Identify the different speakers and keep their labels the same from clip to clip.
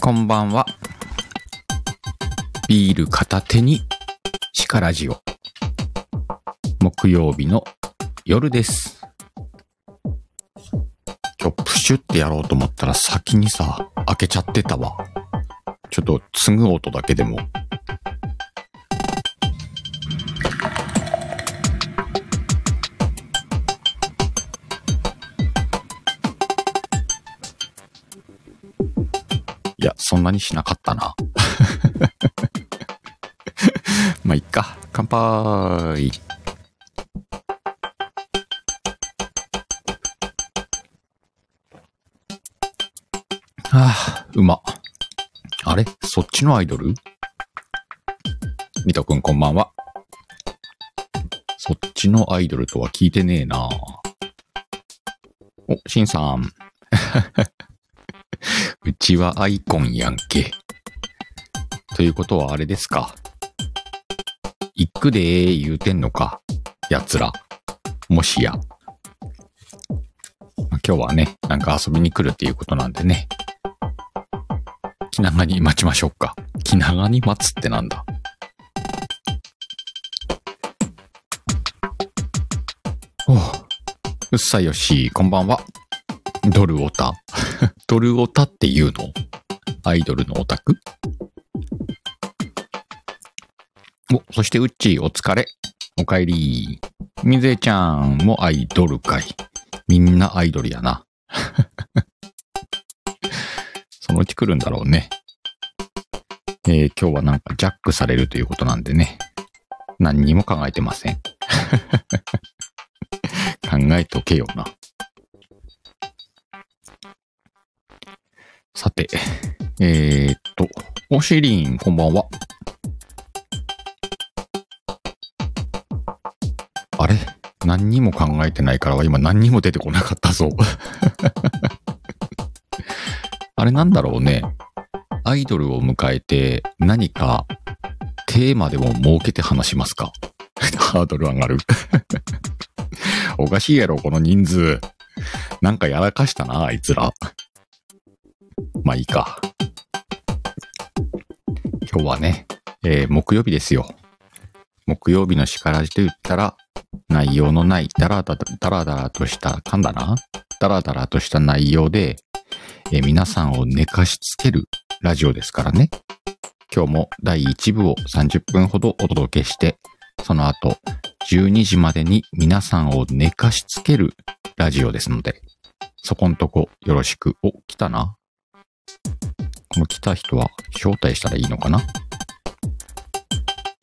Speaker 1: こんばんは。ビール片手に、シカラジオ。木曜日の夜です。今日プシュってやろうと思ったら先にさ、開けちゃってたわ。ちょっと継ぐ音だけでも。いや、そんなにしなかったな。 まあ、いっか。乾杯。はあ、うま。あれそっちのアイドルみとくんこんばんは。そっちのアイドルとは聞いてねえなお、しんさん。うちはアイコンやんけ。ということはあれですか。行くでー言うてんのか。奴ら。もしや。まあ今日はね、なんか遊びに来るっていうことなんでね。気長に待ちましょうか。気長に待つってなんだ。おううっさよし、こんばんは。ドルオタ。ドルオタっていうのアイドルのオタクお、そしてうっちーお疲れ。おかえり。みずえちゃんもアイドルかい。みんなアイドルやな。 そのうち来るんだろうね。えー今日はなんかジャックされるということなんでね。何にも考えてません。 考えとけよな。さて、 えー、っと、おしりん、こんばんは。あれ何にも考えてないからは今何にも出てこなかったぞ。 あれなんだろうね。アイドルを迎えて何かテーマでも設けて話しますか ハードル上がる。 おかしいやろ、この人数。なんかやらかしたな、あいつら。まあいいか。今日はね、えー木曜日ですよ。木曜日のしからじと言ったら、内容のない、だらだら、だらだらとした、噛んだなだらだらとした内容で、えー皆さんを寝かしつけるラジオですからね。今日も第1部を30分ほどお届けして、その後、12時までに皆さんを寝かしつけるラジオですので、そこんとこよろしく。お、来たなこの来た人は招待したらいいのかなよ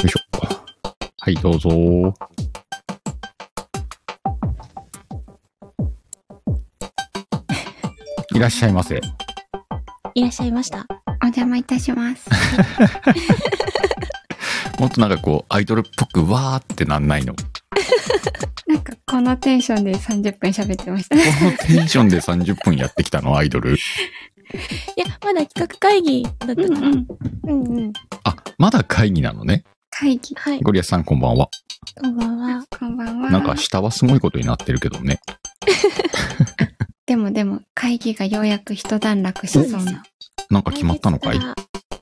Speaker 1: いしょ。はい、どうぞ。いらっしゃいませ。
Speaker 2: いらっしゃいました。
Speaker 3: お邪魔いたします。
Speaker 1: もっとなんかこう、アイドルっぽくわーってなんないの。こ
Speaker 3: なんかこのテンションで30分喋ってました。
Speaker 1: のテンションで30分やってきたの、アイドル。
Speaker 2: いや、まだ企画会議だったか
Speaker 3: うん
Speaker 2: な。
Speaker 3: うん。
Speaker 2: うんうん。
Speaker 1: あ、まだ会議なのね。
Speaker 3: 会議。
Speaker 2: はい。
Speaker 1: ゴリアスさんこんばんは。
Speaker 2: こんばんは。
Speaker 3: こんばんは。
Speaker 1: なんか下はすごいことになってるけどね。
Speaker 3: でもでも会議がようやく一段落しそうな。
Speaker 1: なんか決まったのかい
Speaker 2: 来月から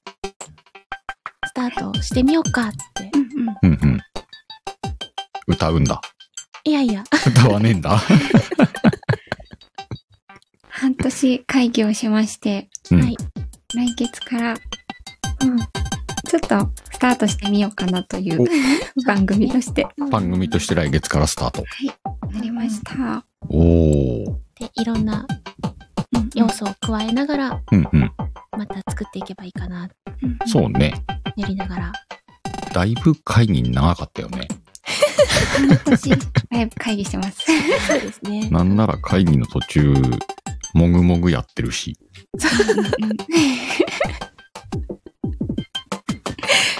Speaker 2: スタートしてみようかって。
Speaker 3: うんうん。
Speaker 1: うんうん。歌うんだ。
Speaker 2: いやいや、
Speaker 1: 歌わねえんだ。
Speaker 3: 半年会議をしまして、
Speaker 1: うん
Speaker 2: はい。
Speaker 3: 来月から
Speaker 2: うん
Speaker 3: ちょっとスタートしてみようかなという番組として
Speaker 2: うん
Speaker 1: 番組として来月からスタート。
Speaker 3: なりました。
Speaker 1: おー。
Speaker 2: で、いろんな
Speaker 3: うん
Speaker 2: 要素を加えながら、
Speaker 1: うんうん。
Speaker 2: また作っていけばいいかな、
Speaker 3: うんうん
Speaker 1: そうね。
Speaker 2: やりながら。
Speaker 1: だいぶ会議長かったよね。
Speaker 3: 半年だいぶ会議してます。
Speaker 2: そうですね。
Speaker 1: なんなら会議の途中、もぐもぐやってるし。
Speaker 3: うんうん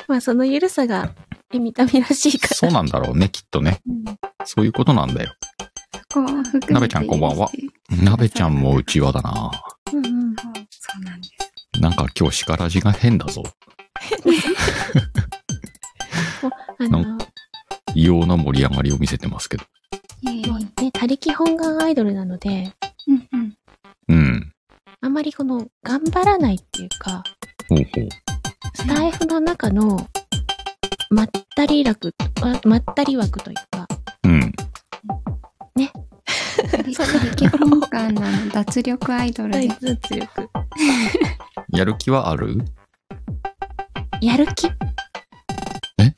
Speaker 2: まあ、そのゆるさが、見た目らしいか
Speaker 1: そうなんだろうね、きっとね。
Speaker 2: ら。うん
Speaker 1: そういうことなんだよ。
Speaker 3: こう含めて
Speaker 1: なべちゃんこんばんはなべちゃんもうちわだな。
Speaker 2: うんうん。
Speaker 3: そうそうなんです。
Speaker 1: なんか今日叱らじが変だぞ。
Speaker 2: あの、
Speaker 1: 異様な盛り上がりを見せてますけど。
Speaker 3: イエ
Speaker 2: もう
Speaker 3: ーイ
Speaker 2: ね、他力本願アイドルなので、
Speaker 3: うん
Speaker 1: う
Speaker 3: うん。
Speaker 1: ん。
Speaker 2: あんまりこの、頑張らないっていうか、
Speaker 1: ほうほう。
Speaker 2: スタイフの中の、まったり楽、あまったり枠というか、
Speaker 1: うん。
Speaker 3: リケポンカンなの脱力アイドル
Speaker 2: 大
Speaker 3: で
Speaker 2: 脱力。
Speaker 1: やる気はある
Speaker 2: やる気ね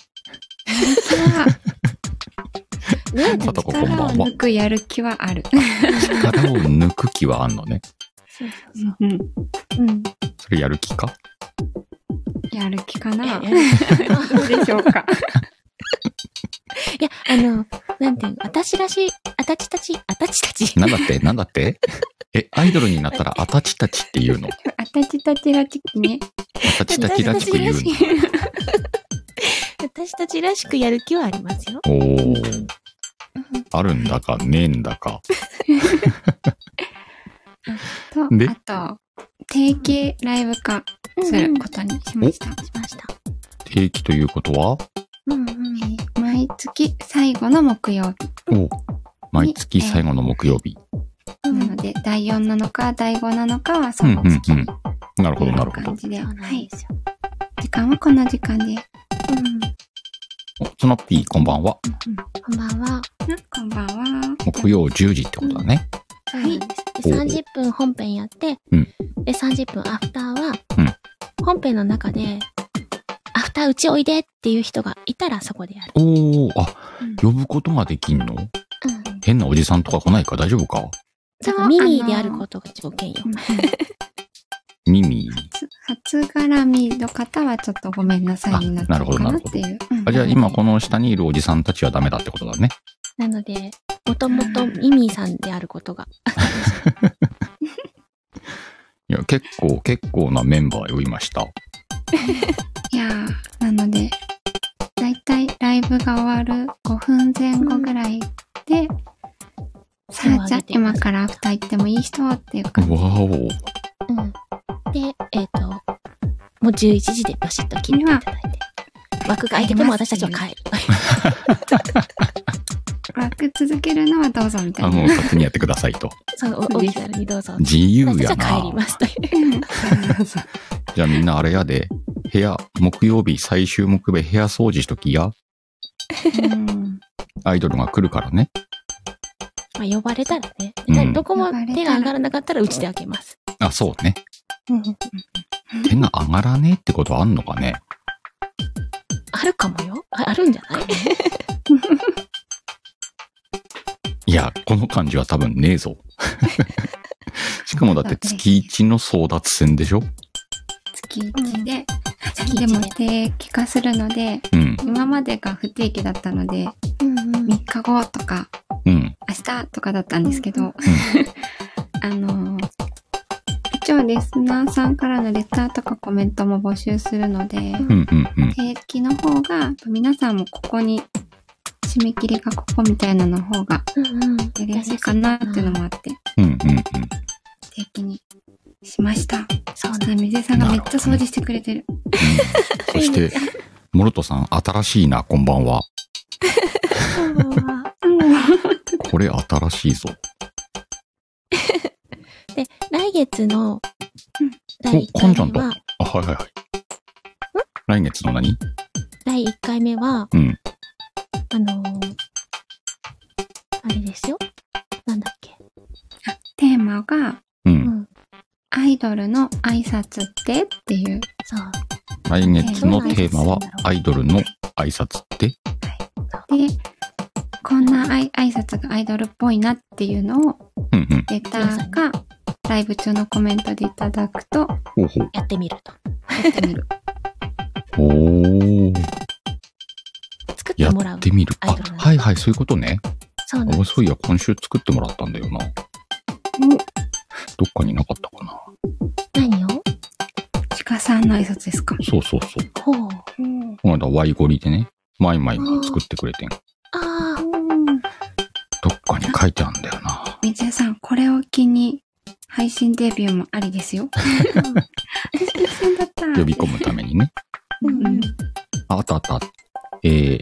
Speaker 1: さとここんばん
Speaker 3: 力を
Speaker 1: は
Speaker 3: 抜くやる気はある。
Speaker 1: 力を抜く気はあんのね。
Speaker 2: そうそう
Speaker 3: うん
Speaker 2: そう。うん。
Speaker 1: それやる気か
Speaker 3: やる気かな
Speaker 2: ええ
Speaker 3: どうでしょうか
Speaker 2: いや、あの、なんていうの、私らしい、あたちたち、あたちたち。
Speaker 1: なんだってなんだって え、アイドルになったらあたちたちって言うのあ
Speaker 3: あたちたちらちきね。
Speaker 1: たちたちらしく言うの
Speaker 2: 私たちらしくやる気はありますよ。
Speaker 1: おー。あるんだかねえんだか。
Speaker 3: と、
Speaker 1: で
Speaker 3: あと、定期ライブ化する
Speaker 2: うん
Speaker 3: ことにしました。
Speaker 2: しました。
Speaker 1: 定期ということは
Speaker 2: うんうん。
Speaker 3: えー毎月最後の木曜
Speaker 1: お毎月最後の木曜日。
Speaker 3: 日。なので、第4なのか、第5なのかはその月に。
Speaker 1: なるほ
Speaker 3: とい
Speaker 1: ど、な
Speaker 3: う
Speaker 1: るほ
Speaker 3: 感
Speaker 1: ど。
Speaker 3: じで。
Speaker 2: そうな
Speaker 3: は
Speaker 2: ん
Speaker 3: い
Speaker 2: で。すよ。
Speaker 3: 時間はこの時間です。
Speaker 2: うん。
Speaker 1: おスナッピー、こんばんは。
Speaker 2: こんばんは。
Speaker 3: こんばんは。
Speaker 1: 木曜10時ってことだね。
Speaker 2: そう
Speaker 3: はい
Speaker 2: なんです。
Speaker 1: ほう
Speaker 2: で、
Speaker 1: ほう
Speaker 2: 30分本編やって、
Speaker 1: うん
Speaker 2: で、30分アフターは、本編の中で、アフターうちおいでっていう人がいたらそこでやる。
Speaker 1: おー、あ、
Speaker 3: うん
Speaker 1: 呼ぶことができんの
Speaker 2: うん。
Speaker 1: 変なおじさんとか来ないか大丈夫か
Speaker 2: だからミニーであることが条件よ。
Speaker 1: ミミー。
Speaker 3: 初初絡みの方はちょっとごめんなさいになっちゃうかなっていう。
Speaker 1: あ、じゃあ今こ
Speaker 3: の。
Speaker 1: の下にいるおじさんたちはダメだってことだね。
Speaker 2: なので、もともとミミーさんであることが。
Speaker 1: いや、結構、結構なメンバー呼びました。
Speaker 3: いやー、なので、だいたいライブが終わる5分前後ぐらいで、さあ、じゃあ今からアフター行ってもいい人っていう
Speaker 1: わ
Speaker 3: か、
Speaker 1: ー
Speaker 2: うん。で、えっ、と、もう11時でバシッと切っていただいて。枠が空いてても私たちは帰る。
Speaker 3: 枠続けるのはどうぞみた
Speaker 1: お。あ、
Speaker 3: いな。
Speaker 1: もう勝手にやってくださいと。
Speaker 2: そのおお気軽にどうぞ。
Speaker 1: 自由
Speaker 2: 私
Speaker 1: や
Speaker 2: たちは帰
Speaker 1: な
Speaker 2: り。ますという。
Speaker 1: じゃあみんなあれやで。部屋、木曜日、最終木曜日、部屋掃除しときや。
Speaker 3: うん
Speaker 1: アイドルが来るからね。
Speaker 2: まあ呼ばれたらね。
Speaker 1: うん
Speaker 2: どこも手が上がらなかったらうちであげます。
Speaker 1: あ、そうね。
Speaker 2: うん。
Speaker 1: 手が上がらねえってことあんのかね。
Speaker 2: あるかもよ。ああるんじゃない
Speaker 1: いや、この感じは多分ねえぞ。 しかもだって月一の争奪戦でしょ
Speaker 3: 月1で、
Speaker 2: 月
Speaker 3: で
Speaker 2: 一
Speaker 3: も
Speaker 2: で。
Speaker 3: 定期化するので、
Speaker 1: うん。
Speaker 3: 今までが不定期だったので、
Speaker 2: うんうん
Speaker 3: 3日後とか、
Speaker 1: うん。
Speaker 3: 明日とかだったんですけど、 あのー一応リスナーさんからのレターとかコメントも募集するので、
Speaker 1: うん。うん。うん。
Speaker 3: 定期の方が、皆さんもここに、締め切りがここみたいなの方が
Speaker 2: うんうん。
Speaker 3: やりやすいかなっていうのもあって、
Speaker 1: うん。うん。うん。
Speaker 3: 定期にしました。
Speaker 2: そうな
Speaker 3: そし
Speaker 2: ん
Speaker 3: て、水江さんがめっちゃ掃除してくれてる。
Speaker 1: そして、モルトさん、新しいな、こんばんは。これ新しいぞ。
Speaker 2: で、来月の
Speaker 3: うん、
Speaker 2: 第1回
Speaker 1: お噛ん
Speaker 2: 目
Speaker 1: だん
Speaker 2: は、
Speaker 1: あ、はいはいはい。来月の何
Speaker 2: 第1回目は、
Speaker 1: うん。
Speaker 2: あのーあれですよ。なんだっけ。
Speaker 3: テーマが、
Speaker 1: う。
Speaker 2: うんん。
Speaker 3: アイドルの挨拶ってっていう、
Speaker 2: そう。
Speaker 1: 来月のテーマは、アイドルの挨拶って
Speaker 3: で、こんなあい挨拶がアイドルっぽいなっていうのを、
Speaker 1: うんうん。
Speaker 3: レターが、ライブ中のコメントでいただくと、
Speaker 1: ほうほう。
Speaker 2: やってみると。
Speaker 3: やってみる。
Speaker 1: おー。
Speaker 2: 作って
Speaker 1: や
Speaker 2: もらう
Speaker 1: っ。てみる。
Speaker 2: ア
Speaker 1: あ
Speaker 2: イドルの、
Speaker 1: はいはい、そういうことね。
Speaker 2: そうなん
Speaker 1: あ、
Speaker 2: です。
Speaker 1: そういや、今週作ってもらったんだよな。どっかになかったかな。
Speaker 2: 何を
Speaker 3: 鹿さんの挨拶ですか。
Speaker 1: そうそうそう。
Speaker 2: ほう。
Speaker 1: この間、ワイゴリでね、マイマイが作ってくれてん。ど
Speaker 2: ああ、
Speaker 1: っかに書いてあるんだよな。
Speaker 3: 水江さん、これを機に、配信デビューもありですよ。私配信だった。
Speaker 1: 呼び込むためにね。
Speaker 3: うんうん
Speaker 1: ああったあった。えー、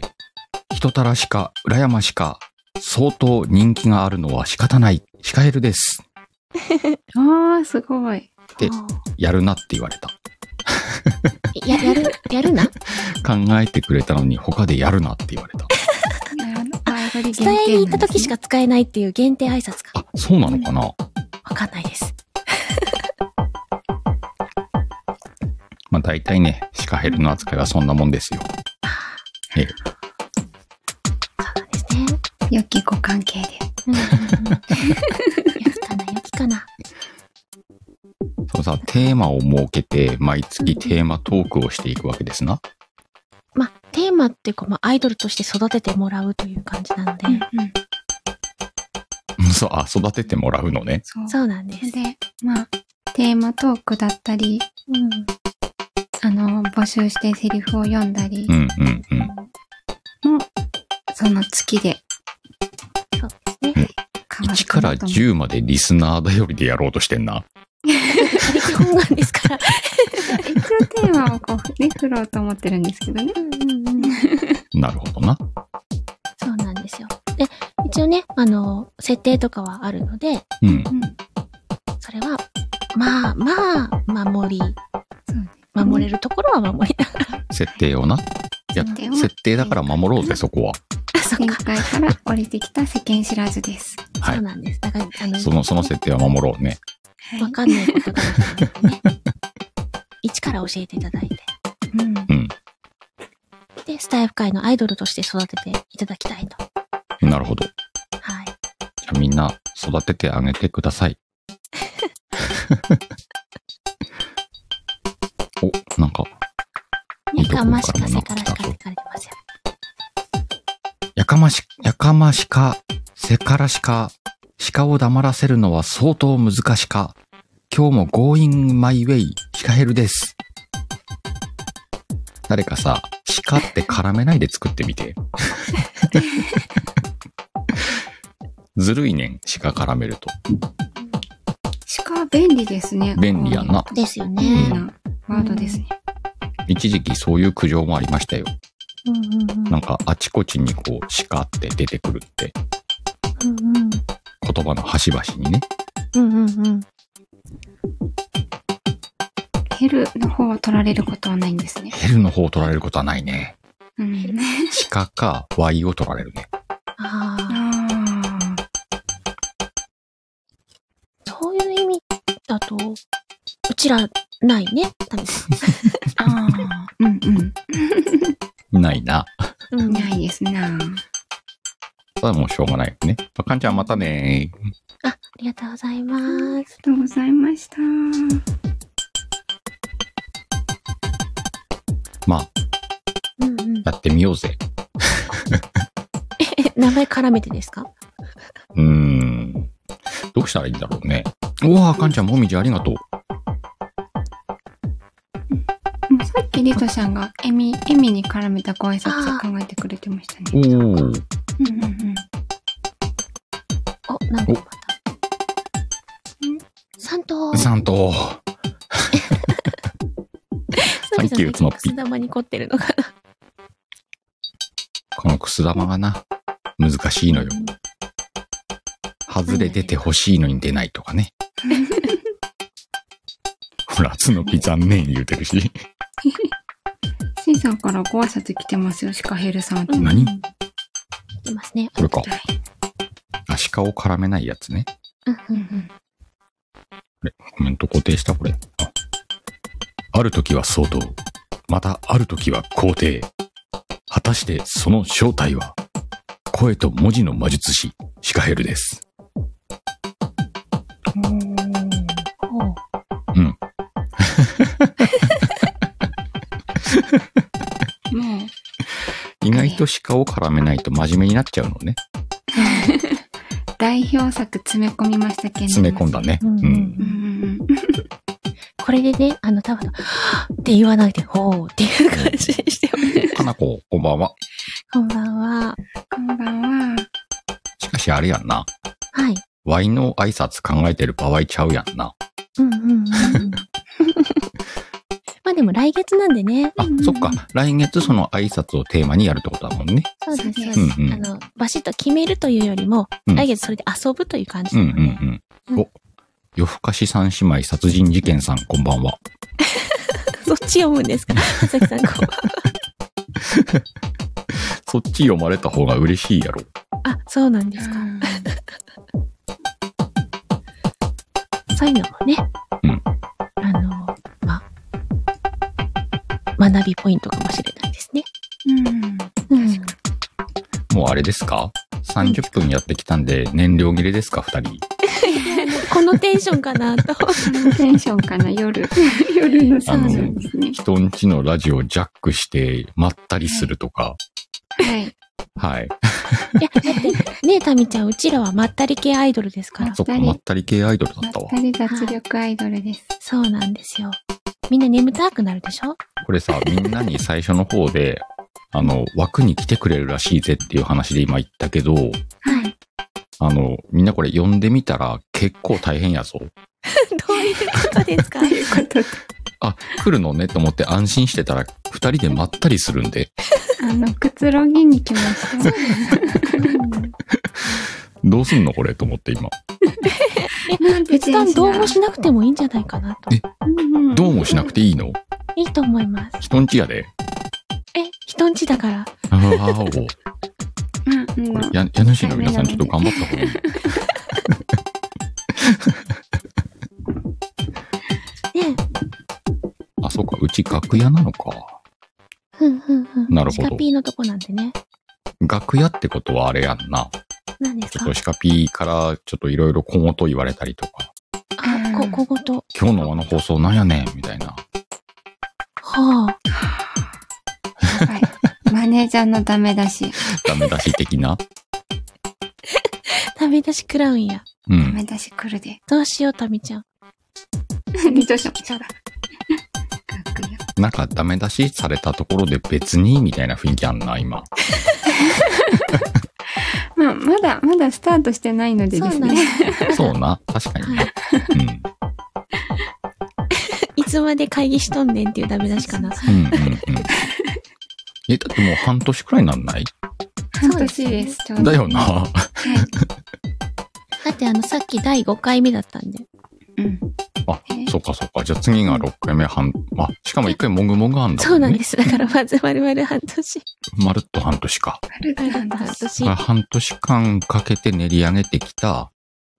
Speaker 1: 人たらしか、羨ましか、相当人気があるのは仕方ない。シカエルです。
Speaker 3: あー、すごい。
Speaker 1: で
Speaker 2: ほう
Speaker 1: やるなって言われた。
Speaker 2: や、やる、やるな。
Speaker 1: 考えてくれたのに他でやるなって言われた。
Speaker 3: なるほど。前振り
Speaker 2: 伝えに行った時しか使えないっていう限定挨拶が。
Speaker 1: あ、そうなのかな
Speaker 2: わかんないです。
Speaker 1: まあ大体ね、シカヘルの扱いはそんなもんですよ。
Speaker 2: そうなんですね。
Speaker 3: 良きご関係で。
Speaker 2: うんうんうん。よきかな、よきかな。
Speaker 1: そのさ、テーマを設けて毎月テーマトークをしていくわけですな。
Speaker 2: まあ、テーマっていうか、まあ、アイドルとして育ててもらうという感じなので、
Speaker 3: うんうん。
Speaker 1: うんそう、あ、育ててもらうのね。
Speaker 3: そう。
Speaker 2: そうなんです。
Speaker 3: で、まあ、テーマトークだったり、
Speaker 2: うん。
Speaker 3: あの、募集してセリフを読んだり
Speaker 1: うんうんうん。
Speaker 3: も、その月で
Speaker 2: そうですね。
Speaker 3: 変わっ
Speaker 1: 1
Speaker 3: てると
Speaker 1: か
Speaker 3: 思う
Speaker 1: ら10までリスナー頼りでやろうとしてんな。
Speaker 2: あれ基本なんですから。
Speaker 3: 一応テーマをこう、ね、振ろうと思ってるんですけどね。
Speaker 2: うんうんうん。
Speaker 1: なるほどな。
Speaker 2: そうなんですよ。で、一応ね、あの、設定とかはあるので、
Speaker 1: うん。
Speaker 3: うん。
Speaker 2: それは、まあまあ、守り、
Speaker 3: そうね。
Speaker 2: 守れるところは守りなが
Speaker 1: 設定をな。いや
Speaker 3: 設定を、
Speaker 1: 設定だから守ろうぜ、そこは。
Speaker 2: ら、そ
Speaker 3: 前
Speaker 2: うか。
Speaker 3: 回から降りてきた世間知らずです。
Speaker 1: はい
Speaker 2: そうなんです。だから、あの、
Speaker 1: その、その設定は守ろうね。
Speaker 3: は
Speaker 2: わかんないことがあるのでね。一から教えていただいて。
Speaker 3: うん。
Speaker 1: うん。
Speaker 2: で、スタイフ界のアイドルとして育てていただきたいと。
Speaker 1: なるほど。じ
Speaker 2: はい。
Speaker 1: ゃあみんな育ててあげてください。お、なんか、いい
Speaker 2: ね、
Speaker 1: とこ
Speaker 2: か
Speaker 1: ろ
Speaker 2: まし
Speaker 1: から
Speaker 2: か
Speaker 1: も
Speaker 2: せ
Speaker 1: な
Speaker 2: からしかって書かれてますよ。
Speaker 1: やかまし、やかましか、せからしか、鹿を黙らせるのは相当難しか。今日も Going My Way、シカヘルです。誰かさ、鹿って絡めないで作ってみて。ずるいねん、鹿絡めると。
Speaker 3: 鹿は便利ですね。
Speaker 1: 便利やな。
Speaker 2: ですよ
Speaker 3: 便利
Speaker 2: ね。
Speaker 3: なワードですね。
Speaker 1: 一時期そういう苦情もありましたよ。
Speaker 2: うんうんうん。
Speaker 1: なんかあちこちにこう、鹿って出てくるって、
Speaker 2: うんうん。
Speaker 1: 言葉の端々にね。
Speaker 2: うんうんうん。
Speaker 3: ヘルの方を取られることはないんですね。
Speaker 1: ヘルの方を取られることはないね。
Speaker 3: うん。
Speaker 1: 鹿か Y を取られるね。
Speaker 2: ああ。
Speaker 3: ああ。
Speaker 2: そういう意味だと、うちら、ないね。多分
Speaker 3: ああ。うんうん。
Speaker 1: ないな。
Speaker 2: うん
Speaker 3: ないですな。
Speaker 1: それはもうしょうがないよね。まあ、かんちゃんまたねー。
Speaker 2: あ、ありがとうございます。
Speaker 3: ありがとうございました。
Speaker 1: まあ、
Speaker 2: うんうん。
Speaker 1: やってみようぜ。
Speaker 2: え、名前絡めてですか
Speaker 1: うーん。どうしたらいいんだろうね。うわあ、かんちゃん、もみじありがとう。
Speaker 3: もうさっきリトちゃんがエミ、エミに絡めたご挨拶を考えてくれてました
Speaker 1: お
Speaker 3: ね。
Speaker 1: ー。
Speaker 3: うんうんうん。
Speaker 2: お、なんかまた。三頭。
Speaker 1: さんと、
Speaker 2: さっき
Speaker 1: サンキューつまっぴ
Speaker 2: くす玉に凝ってるのが。
Speaker 1: このくす玉がな、難しいのよ。外れ出てほしいのに出ないとかね。ほら、つのぴ残念言うてるし。
Speaker 3: シンさんからご挨拶来てますよ、シカヘルさんって。
Speaker 2: うん。
Speaker 3: は
Speaker 1: 何
Speaker 2: いますね。
Speaker 1: これか。
Speaker 3: い。
Speaker 1: あ、鹿を絡めないやつね。
Speaker 2: うんう
Speaker 3: うん
Speaker 2: ん
Speaker 3: うん。
Speaker 1: コメント固定したこれ。あある時は相当。またある時は肯定。果たしてその正体は声と文字の魔術師、シカヘルです。
Speaker 2: おー
Speaker 3: もう、
Speaker 1: 意外と鹿を絡めないと真面目になっちゃうのね。
Speaker 3: 代表作詰め込みましたけど。
Speaker 1: 詰め込んだ。ね。
Speaker 2: う
Speaker 1: うん。
Speaker 2: うん
Speaker 3: うん
Speaker 2: ん
Speaker 3: うんうん。
Speaker 2: これでね、あの、多分、はぁって言わないで、ほうっていう感じにしてます。
Speaker 1: かなこ、こんばんは。
Speaker 2: こんばんは。
Speaker 3: こんばんは。
Speaker 1: しかしあれやんな。
Speaker 2: はい。
Speaker 1: ワイの挨拶考えてる場合ちゃうやんな。
Speaker 2: うんうんうんうん。まあでも来月なんでね。
Speaker 1: あ、そっか。来月その挨拶をテーマにやるってことだもんね。
Speaker 2: そうです、そうで
Speaker 1: うん
Speaker 2: す。
Speaker 1: うん
Speaker 2: あの、バシッと決めるというよりも、
Speaker 1: うん
Speaker 2: 来月それで遊ぶという感じ
Speaker 1: うん
Speaker 2: な
Speaker 1: う
Speaker 2: ので、
Speaker 1: んうん。お、夜更かし三姉妹殺人事件さん、こんばんは。
Speaker 2: そっち読むんですか佐々木さん、こう。
Speaker 1: そっち読まれた方が嬉しいやろ。
Speaker 2: あ、そうなんですか。そういうのもね、
Speaker 1: うん
Speaker 2: あの、まあ、学びポイントかもしれないですね。
Speaker 3: うん。
Speaker 2: うん。
Speaker 1: もうあれですか ?30 分やってきたんで燃料切れですか ?2 人。
Speaker 2: このテンションかな と。
Speaker 3: そのテンションかな、夜。 夜のテンションですね。
Speaker 1: 人んちのラジオジャックしてまったりするとか。
Speaker 3: はい。
Speaker 1: はい。
Speaker 2: いや、だって、ねえ、タミちゃん、うちらはまったり系アイドルですから。
Speaker 1: そっか、まったり系アイドルだ
Speaker 3: まっ
Speaker 1: ったわ
Speaker 3: た。り脱力アイドルです。
Speaker 2: そうなんですよ。みんな眠たくなるでし ょ
Speaker 1: これさ、みんなに最初の方で、あの、枠に来てくれるらしいぜっていう話で今言ったけど、
Speaker 3: はい。
Speaker 1: あの、みんなこれ読んでみたら結構大変やぞ。
Speaker 2: どういうことです か
Speaker 3: いうことで、
Speaker 1: あ、来るのねと思って安心してたら二人でまったりするんで、
Speaker 3: あの、くつろぎに来ました。
Speaker 1: どうすんのこれと思って今。
Speaker 3: なんで
Speaker 2: 別段どうも
Speaker 3: し、
Speaker 2: しなくてもいいんじゃないかなと。
Speaker 3: うん
Speaker 1: どうもしなくていいの
Speaker 2: いいと思います。
Speaker 1: 人んちやで。
Speaker 2: え、人んちだから。
Speaker 1: ああ、おう
Speaker 3: うんうん
Speaker 1: これや家主の皆さんちょっと頑張った方がいい。
Speaker 2: ね
Speaker 1: あ、そうか、うち楽屋なのか。
Speaker 2: ふんふんふん。
Speaker 1: なるほど
Speaker 2: シカピーのとこなんでね。
Speaker 1: 楽屋ってことはあれやんな。
Speaker 2: 何です
Speaker 1: ちょっ
Speaker 2: か
Speaker 1: とシカピーからちょっといろいろ小言言われたりとか、
Speaker 2: あ、こ、小言。
Speaker 1: 今日のあの放送なんやねんみたいな。
Speaker 2: はあ。
Speaker 3: やばいマネージャーのダメ出し。
Speaker 1: ダメ出し的 な。
Speaker 2: ダメ出し食らうんや。
Speaker 1: う
Speaker 3: ダ
Speaker 1: ん。
Speaker 3: メ出し来るで。
Speaker 2: どうしよう、タミちゃん。
Speaker 3: 何どうしよう。そうだ。楽屋
Speaker 1: なんかダメ出しされたところで別にみたいな雰囲気あんな、 今。
Speaker 3: まあ、まだ、まだスタートしてないので
Speaker 2: そ
Speaker 3: で
Speaker 2: う
Speaker 3: す
Speaker 2: なん
Speaker 3: ね。
Speaker 2: です。
Speaker 1: そうな。確かにね。うん。
Speaker 2: いつまで会議しとんねんっていうダメ出しかな。
Speaker 1: うんうんうん。え、だってもう半年くらいなんない
Speaker 3: 半年です、ちょう
Speaker 1: だ
Speaker 3: ど。はい。
Speaker 1: よな。
Speaker 2: だってあの、さっき第5回目だったんで。
Speaker 3: うん。
Speaker 1: あ
Speaker 3: え、ー
Speaker 1: そうかそうか。じゃあ次が6回目半、あ、しかも1回もぐもぐあんだもんね。
Speaker 2: そうなんです。だからまず丸々半年。
Speaker 1: まるっと半年か。
Speaker 3: ある
Speaker 2: 丸々
Speaker 3: んだ
Speaker 2: 半。年
Speaker 1: だから。半年間かけて練り上げてきた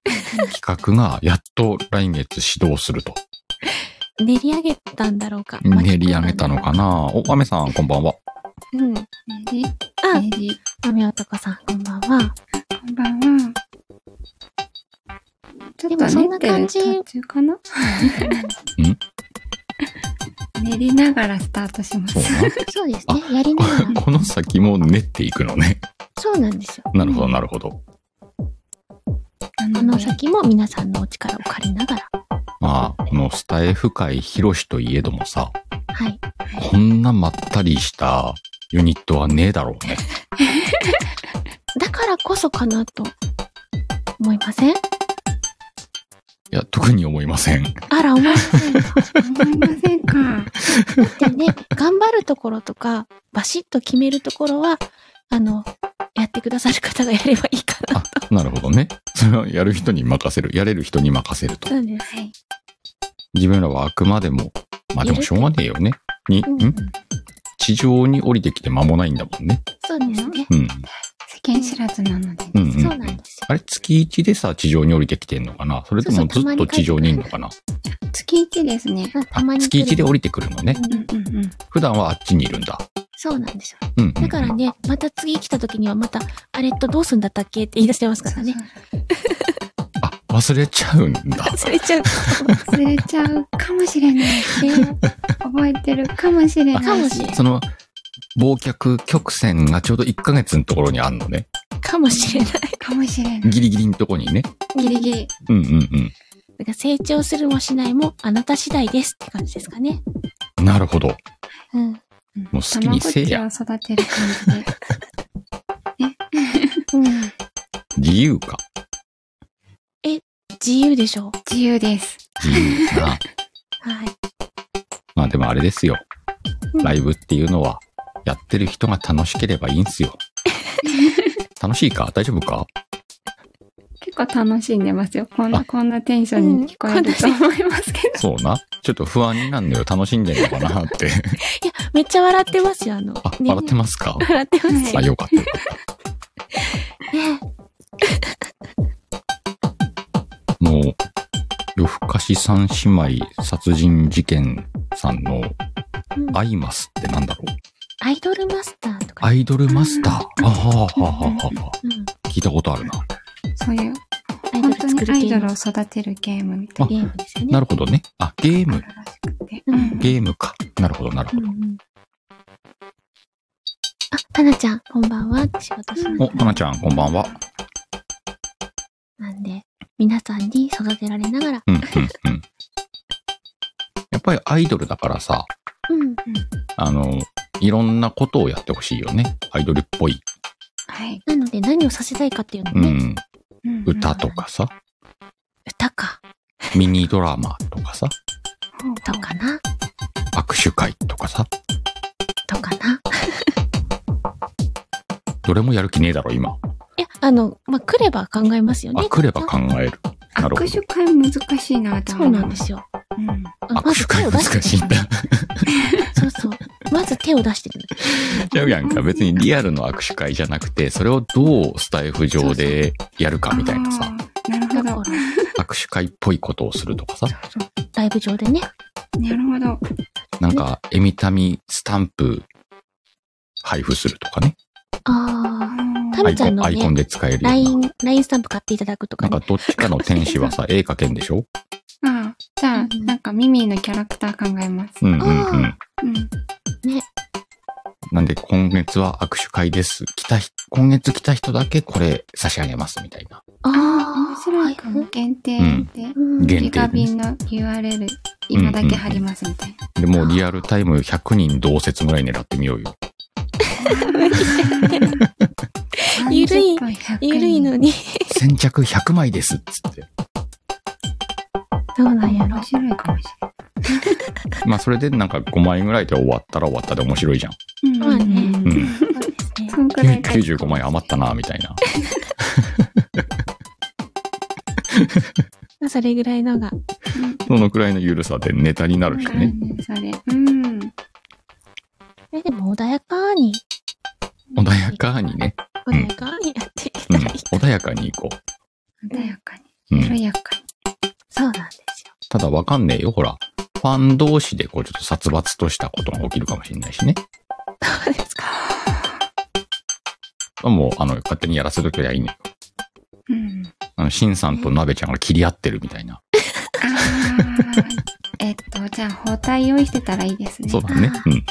Speaker 1: 企画がやっと来月始動すると。
Speaker 2: 練り上げたんだろうか。
Speaker 1: 練り上げたのかなお、アメさんこんばんは。
Speaker 2: うん。あ、
Speaker 3: メリメリ
Speaker 2: 雨男さん、こんばんは。
Speaker 3: こんばんは。ちょっと練ってる途中かな 練りながらスタートします
Speaker 1: そう。な。
Speaker 2: そうですね。やりな がら。
Speaker 1: この先も練っていくのね。
Speaker 2: そうなんですよ。
Speaker 1: なるほど、なるほど。
Speaker 2: この先も皆さんのお力を借りながら。
Speaker 1: まあ、このスタイフ界広しといえどもさ、
Speaker 2: はい。
Speaker 1: こんなまったりしたユニットはねえだろうね。
Speaker 2: だからこそかなと。思いません
Speaker 1: いや、特に思いません。
Speaker 2: あら、思いませんか。
Speaker 3: 思いませんか。
Speaker 2: でね、頑張るところとか、バシッと決めるところは、あの、やってくださる方がやればいいかな
Speaker 1: あ、なるほどね。それはやる人に任せる。やれる人に任せると
Speaker 2: と。。なんです。
Speaker 3: はい。
Speaker 1: 自分らはあくまでも、まあでもしょうがねえよね。に、
Speaker 2: うん
Speaker 1: ん地上に降りてきて間もないんだもんね。
Speaker 2: そうですね。
Speaker 1: うん。
Speaker 3: 世間知らずなので。
Speaker 1: うんうん、
Speaker 2: そうなんですよ。
Speaker 1: あれ、月1でさ、地上に降りてきてんのかなそれとも
Speaker 2: そ
Speaker 1: ず
Speaker 2: うそう
Speaker 1: っと地上にいんのかな
Speaker 3: 月一ですね。
Speaker 2: うんたま
Speaker 1: あ
Speaker 2: に
Speaker 1: 月1で降
Speaker 2: り
Speaker 1: りてくるのね。
Speaker 3: うんうんうん。
Speaker 1: 普段はあっちにいるんだ。
Speaker 2: そうなんですよ。
Speaker 1: うん、うん。
Speaker 2: だからね、また次来た時にはまた、あれとどうすんだったっけって言い出してますからね。
Speaker 1: あ、忘れちゃうんだ。
Speaker 2: 忘れちゃう。
Speaker 3: 忘れちゃうかもしれないし、覚えてるかもしれないし。
Speaker 2: かもしれない。
Speaker 1: その、忘却曲線がちょうど1ヶ月のところにあるのね。
Speaker 2: かもしれない。
Speaker 3: かもしれない。
Speaker 1: ギリギリのとこにね。
Speaker 3: ギリギリ。
Speaker 1: うんうん
Speaker 2: だから成長するもしないも、あなた次第ですって感じですかね。
Speaker 1: うん。なるほど。
Speaker 2: うん。
Speaker 3: も
Speaker 1: う好きにせいや
Speaker 3: を育てる感じで。
Speaker 2: うん。
Speaker 1: 自由か。
Speaker 2: 自由でしょう。
Speaker 3: 自由です。
Speaker 1: 自由な。
Speaker 2: はい。
Speaker 1: まあでもあれですよ
Speaker 2: う。ん
Speaker 1: ライブっていうのは、やってる人が楽しければいいんすよ。楽しいか大丈夫か
Speaker 3: 結構楽しんでますよ。こんな、こんなテンションに聞こえると思いますけど。
Speaker 1: そうな。ちょっと不安になんのよ。楽しんでんのかなって。
Speaker 2: いや、めっちゃ笑ってますよ、あの。
Speaker 1: あ、笑ってますか
Speaker 2: 笑ってます
Speaker 1: あ、
Speaker 2: よ
Speaker 3: は
Speaker 1: よかった。
Speaker 2: ね。
Speaker 1: もう、夜更かし三姉妹殺人事件さんの
Speaker 2: うん
Speaker 1: アイマスってなんだろう
Speaker 2: アイドルマスターとか。
Speaker 1: アイドルマスター。あははははは
Speaker 2: うん。
Speaker 1: 聞いたことあるな。
Speaker 3: そういう、
Speaker 2: アイド
Speaker 3: 本
Speaker 2: ル
Speaker 3: 当
Speaker 2: 作
Speaker 3: に
Speaker 2: る
Speaker 3: ア
Speaker 2: ゲ
Speaker 3: イド
Speaker 2: ー
Speaker 3: ル
Speaker 2: ム
Speaker 3: を育てるゲームみたい
Speaker 2: ゲームですよね。
Speaker 1: なるほどね。あ、ゲー
Speaker 3: なの
Speaker 1: ム
Speaker 3: が。あるらしくて。
Speaker 2: う
Speaker 3: うんん。
Speaker 1: ゲームか。なるほど、なるほ
Speaker 2: うんうん。あ、タナちゃん、こんばんは。仕事しな
Speaker 1: ど。お、
Speaker 2: が
Speaker 1: たなちゃん、こんばんは。
Speaker 2: らなんで、皆さんに育てられながら。
Speaker 1: うん、うん、うん。やっぱりアイドルだからさ、
Speaker 2: うん。
Speaker 1: あの、いろんなことをやってほしいよね。アイドルっぽい。
Speaker 3: はい。
Speaker 2: なので、何をさせたいかっていうの
Speaker 1: う
Speaker 2: ね。
Speaker 1: ん。
Speaker 3: うん
Speaker 1: 歌と。かさ、
Speaker 2: 歌か。
Speaker 1: ミニドラマとかさ、
Speaker 3: ほうほう
Speaker 2: とかな。
Speaker 1: 握手会とかさ、
Speaker 2: とかな。
Speaker 1: どれもやる気ねえだろ、今。
Speaker 2: いや、あの、まあ、来れば考えますよ
Speaker 1: あ、
Speaker 2: ね。
Speaker 1: 来れば考える。なるほど
Speaker 3: 握手会難しいなって
Speaker 2: そ
Speaker 3: 思
Speaker 2: う
Speaker 3: い
Speaker 2: なんで
Speaker 3: ます。
Speaker 2: すよ。
Speaker 3: うん
Speaker 2: うん
Speaker 1: 握手会難しいん。だ。
Speaker 2: まず手を出してそうそう。まず手を出してみる。
Speaker 1: ちゃうやんか。別にリアルの握手会じゃなくて、それをどうスタイフ上でやるかみたいなさ、
Speaker 3: あーな
Speaker 2: だ
Speaker 3: る
Speaker 2: か
Speaker 3: ほど。
Speaker 1: 握手会っぽいことをするとかさ、
Speaker 2: ら、ライブ上でね。
Speaker 3: なるほど。
Speaker 1: なんか、エミタミスタンプ配布するとかね。
Speaker 2: ああ。タ
Speaker 1: ア
Speaker 2: ミ
Speaker 1: イ
Speaker 2: ち
Speaker 1: コ
Speaker 2: ゃん
Speaker 1: ン、
Speaker 2: の
Speaker 1: アイコン
Speaker 2: ね、
Speaker 1: で使えるような。
Speaker 2: LINE、ラインスタンプ買っていただくと
Speaker 1: な
Speaker 2: か
Speaker 1: んか
Speaker 2: ね。
Speaker 1: どっちかの天使はさ、 絵描けんでしょ
Speaker 3: ああ、じゃあ
Speaker 2: う、ん
Speaker 3: なんかミミーのキャラクター考えます。
Speaker 1: うんうんうん。
Speaker 3: うん。
Speaker 1: なんで今月は握手会です。来た人、今月来た人だけこれ差し上げますみたいな。
Speaker 2: ああ。
Speaker 3: 面白いかも。限定
Speaker 2: う
Speaker 3: で、
Speaker 2: ん
Speaker 1: 限
Speaker 3: ギガ便の URL 今だけ貼りますみたい
Speaker 1: で、もうリアルタイム100人同説ぐらい狙ってみよう よ。
Speaker 3: な。
Speaker 2: ゆるい
Speaker 3: 30分100
Speaker 2: ゆるいの
Speaker 3: 人。
Speaker 2: に。
Speaker 1: 先着100枚ですっつって。
Speaker 2: どうなんやろ
Speaker 3: 面。白いかもし
Speaker 1: まあそれでなんか5枚ぐらいで終わったら終わったで面白いじゃん。
Speaker 3: れない。
Speaker 2: まあね
Speaker 3: う
Speaker 1: うんん。
Speaker 2: そうですね。
Speaker 3: そんくらいか。
Speaker 1: 95枚余ったなみたいな。
Speaker 2: まあそれぐらいのが。
Speaker 1: そのくらいの緩さでネタになるし
Speaker 3: うん
Speaker 1: ね。
Speaker 3: それ。うん。
Speaker 2: え、でも穏やかに、
Speaker 1: 穏やかにね。ん
Speaker 2: 穏やかにやっていけ
Speaker 1: う
Speaker 2: た
Speaker 1: ん。
Speaker 2: らいい。
Speaker 1: 穏やかに行こ
Speaker 3: 穏やか
Speaker 1: う。う
Speaker 3: に。
Speaker 1: ん
Speaker 3: 緩やかに。
Speaker 2: そうなんですよ。
Speaker 1: ただわかんねえよ、ほら。ファン同士でこうちょっと殺伐としたことが起きるかもしれないしね。
Speaker 2: そうですか。
Speaker 1: もう、あの、勝手にやらせときゃいいね。
Speaker 3: うん。
Speaker 1: あの、シンさんとナベちゃんが切り合ってるみたいな。
Speaker 3: あーえっと、じゃあ包帯用意してたらいいですね。
Speaker 1: そうだね。うん
Speaker 2: ね。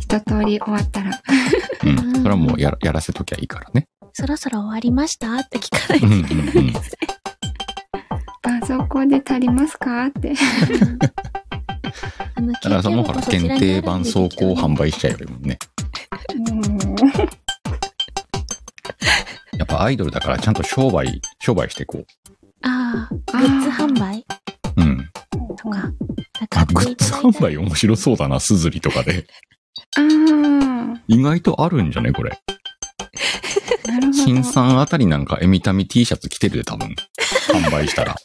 Speaker 3: 一通り終わったら。
Speaker 1: うん。うん。それはもうやらやらせときゃいいからね。
Speaker 2: そろそろ終わりましたって聞かない
Speaker 1: うん
Speaker 2: と
Speaker 1: うんう
Speaker 2: いけない
Speaker 1: ん。
Speaker 3: あそこで足りますかって。
Speaker 2: あの、
Speaker 1: だからさ、もうほら、限定版走行販売しちゃえばいいもんね。やっぱアイドルだからちゃんと商売、商売していこう。
Speaker 2: ああ、グッズ販売
Speaker 1: うん。
Speaker 2: とか。なんか
Speaker 1: あ、グッズ販売面白そうだな、すずりとかで。
Speaker 3: ああ、
Speaker 1: 意外とあるんじゃねこれ。
Speaker 3: なるほど。
Speaker 1: 新さんあたりなんかエミタミ T シャツ着てるで、多分。販売したら。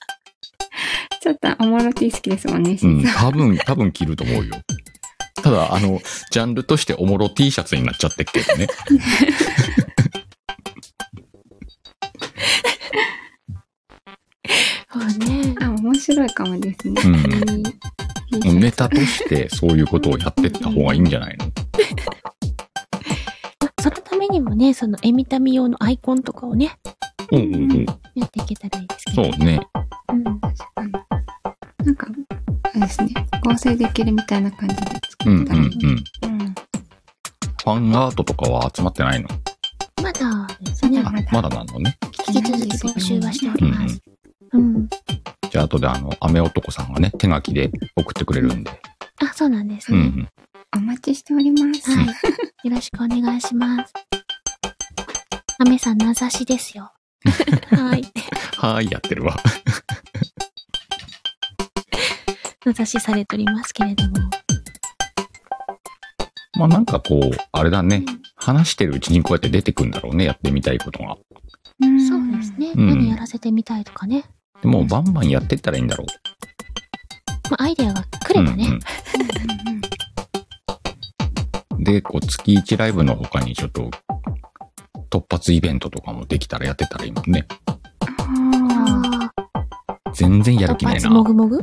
Speaker 3: ちょっとおもろ T 好きですもんね、
Speaker 1: う
Speaker 3: 新
Speaker 1: ん。
Speaker 3: さん。
Speaker 1: 多分、多分着ると思うよ。ただ、あの、ジャンルとしておもろ T シャツになっちゃってっけどね。
Speaker 2: そうね。
Speaker 3: あ、面白いかもですね。
Speaker 1: うん
Speaker 3: いいいい
Speaker 1: ネタとしてそういうことをやってった方がいいんじゃないの
Speaker 2: そのためにもね、その、エミタミ用のアイコンとかをね、
Speaker 1: うんうんうん。
Speaker 2: やっていけたらいいですけ
Speaker 1: そ
Speaker 2: ど。
Speaker 1: うね。
Speaker 2: うん。
Speaker 3: 確かになんか、あれですね、合成できるみたいな感じで
Speaker 1: うん
Speaker 3: 作
Speaker 1: う
Speaker 3: っ
Speaker 1: ん
Speaker 3: た
Speaker 1: う
Speaker 3: ら。
Speaker 1: ん。フ
Speaker 3: うん
Speaker 1: ァンアートとかは集まってないの
Speaker 2: まだですね
Speaker 1: あ、、まだなのね。
Speaker 2: 引き続き募集はしております。うん。
Speaker 1: じゃあ後であの、雨男さんがね、手書きで送ってくれるんで。
Speaker 2: あ、そうなんです
Speaker 1: うんう
Speaker 2: ね。
Speaker 1: ん。
Speaker 3: お待ちしております。
Speaker 2: はい。よろしくお願いします。アメさん、名指しで すよ。はい。
Speaker 1: はーい、やってるわ。
Speaker 2: 名指しされておりますけれども。
Speaker 1: まあなんかこう、あれだね。話してるうちにこうやって出てくんだろうね。やってみたいことが。
Speaker 3: うん
Speaker 2: そうです
Speaker 1: うん
Speaker 2: 何やらせてみたいとかね。
Speaker 1: でもうバンバンやってったらいいんだろ
Speaker 2: まあ、アイデアがく
Speaker 1: う。
Speaker 2: ればね。
Speaker 1: うんうんで、こう、月1ライブの他にちょっと、突発イベントとかもできたらやってたらいいもんね。
Speaker 3: あ
Speaker 2: あ
Speaker 1: 全然や
Speaker 2: あ、
Speaker 1: る気ないな。
Speaker 2: もぐもぐ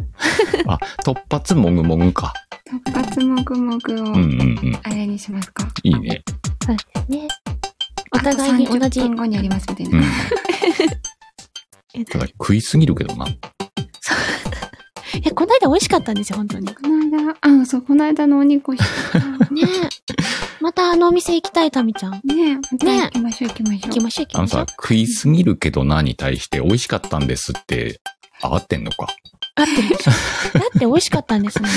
Speaker 1: あ、突発もぐもぐか。
Speaker 3: ー突発もぐもぐを
Speaker 1: うんうんうん。
Speaker 3: あれにしますか。
Speaker 1: いいね。
Speaker 2: そうですね。お互いに同
Speaker 3: あと
Speaker 2: じ
Speaker 3: 30。分後にありますみたい
Speaker 1: うん
Speaker 3: な。。
Speaker 1: ただ食いすぎるけどな。
Speaker 2: え、この間美味しかったんですよ、本当に。
Speaker 3: この間、あ、そう、この間のお肉をし
Speaker 2: ねえ。またあのお店行きたい、タミちゃん。
Speaker 3: ねえ、また行きましょう行きましょ
Speaker 2: 行
Speaker 3: う。
Speaker 2: きましょう、行
Speaker 1: あ
Speaker 2: き
Speaker 1: の
Speaker 2: ましょ
Speaker 1: さ
Speaker 2: う。、
Speaker 1: 食いすぎるけどなに対して美味しかったんですって、合ってんのか。
Speaker 2: 合ってるでしょ。だって美味しかったんで すもん。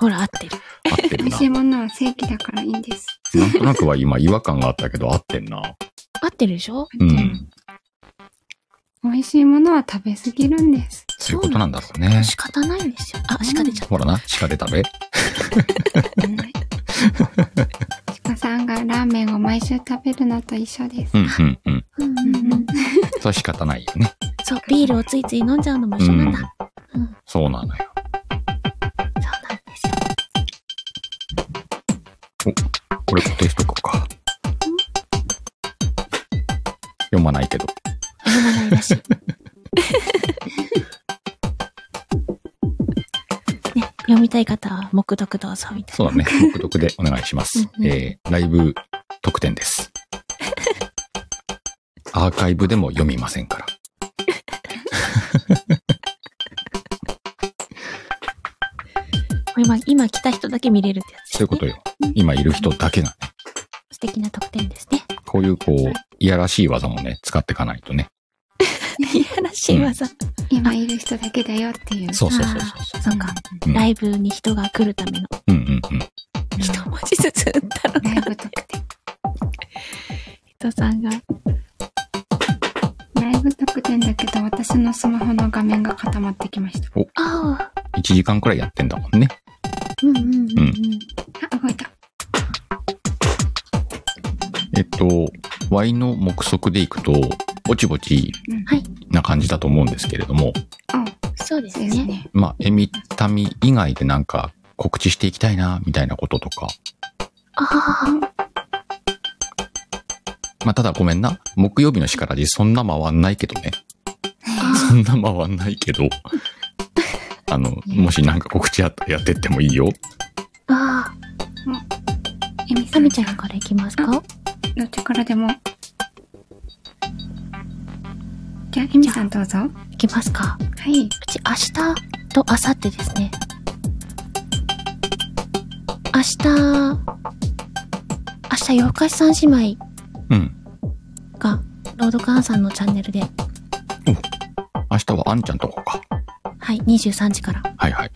Speaker 2: ほら、合ってる。
Speaker 1: 合って
Speaker 3: 美
Speaker 1: る
Speaker 3: 味
Speaker 1: な
Speaker 3: し。いものは正規だからいいんです。
Speaker 1: なんとなくは今違和感があったけど合ってんな。
Speaker 2: 合ってるでしょ
Speaker 1: うん。
Speaker 3: 美味しいものは食べ過ぎるんです。
Speaker 1: そういうことなんだろうね。
Speaker 2: 仕方ないんですよ。あ、
Speaker 3: うん
Speaker 2: 鹿出ちゃっ
Speaker 1: ほらな、鹿で食べ。
Speaker 3: 鹿さんがラーメンを毎週食べるのと一緒です。
Speaker 1: うんうんうん。
Speaker 2: た。うん
Speaker 3: うんうん
Speaker 1: それは仕方ないよね。
Speaker 2: そう、ビールをついつい飲んじゃうのも
Speaker 1: う
Speaker 2: 一緒なん
Speaker 1: ん
Speaker 2: だ。。うん、
Speaker 1: そうなのよ。
Speaker 2: そうなんですよ。
Speaker 1: これ固定しとこうか。読まないけど。
Speaker 2: 読まないらしい。ね、読みたい方は、目読どうぞ、みたい
Speaker 1: そうだ ね。目読でお願いします。
Speaker 2: うんうん
Speaker 1: えー、ライブ特典です。アーカイブでも読みませんから。
Speaker 2: な。これ今、今来た人だけ見れるってやつです、ね。
Speaker 1: そういうことよ。今いる人だけが、
Speaker 2: 素敵な特典ですね。
Speaker 1: こういうこう、いやらしい技もね、使っていかないとね。
Speaker 2: いやらしい技。
Speaker 3: 今いる人だけだよっていう。
Speaker 1: そうそうそう
Speaker 2: あ
Speaker 1: そう。
Speaker 2: ーそうか。
Speaker 1: うん
Speaker 2: ライブに人が来るための
Speaker 1: うんうんうん。
Speaker 2: 一文字ずつ打ったの
Speaker 3: ライ
Speaker 2: が、
Speaker 3: ブ特典。
Speaker 2: 人さんが。
Speaker 3: ライブ特典だけど、私のスマホの画面が固まってきました。
Speaker 2: ああ、
Speaker 1: 1時間くらいやってんだもんね。
Speaker 2: うんうんうんうん。
Speaker 3: あ、動いた。
Speaker 1: えっと、Y の目測でいくと、ぼちぼち
Speaker 3: うん
Speaker 2: はい
Speaker 1: な感じだと思うんですけれども、
Speaker 3: あ、
Speaker 2: そうです
Speaker 3: です
Speaker 2: ね。
Speaker 3: ね。
Speaker 1: まあ、エミタミ以外でなんか告知していきたいな、みたいなこととか、
Speaker 2: ああ、
Speaker 1: まあ、ただごめんな。木曜日のからじそんな回んないけどね。
Speaker 2: あ
Speaker 1: そんな回んないけど。 あの、もしなんか告知あったらやってってもいいよ。
Speaker 2: あ、ああ。
Speaker 3: えみさ
Speaker 2: タ
Speaker 3: ん
Speaker 2: ミちゃんからいきますか
Speaker 3: どっちからでも。じゃあ、えみさんどうぞ。はい
Speaker 2: きますか。
Speaker 3: い。
Speaker 2: うち明日と明後日ですね。明日、明日、夜更かし三姉妹
Speaker 1: うん。
Speaker 2: が、ロードカンさんのチャンネルで、
Speaker 1: 明日はあんちゃんとこか。
Speaker 2: はい、23時から。
Speaker 1: はいはい。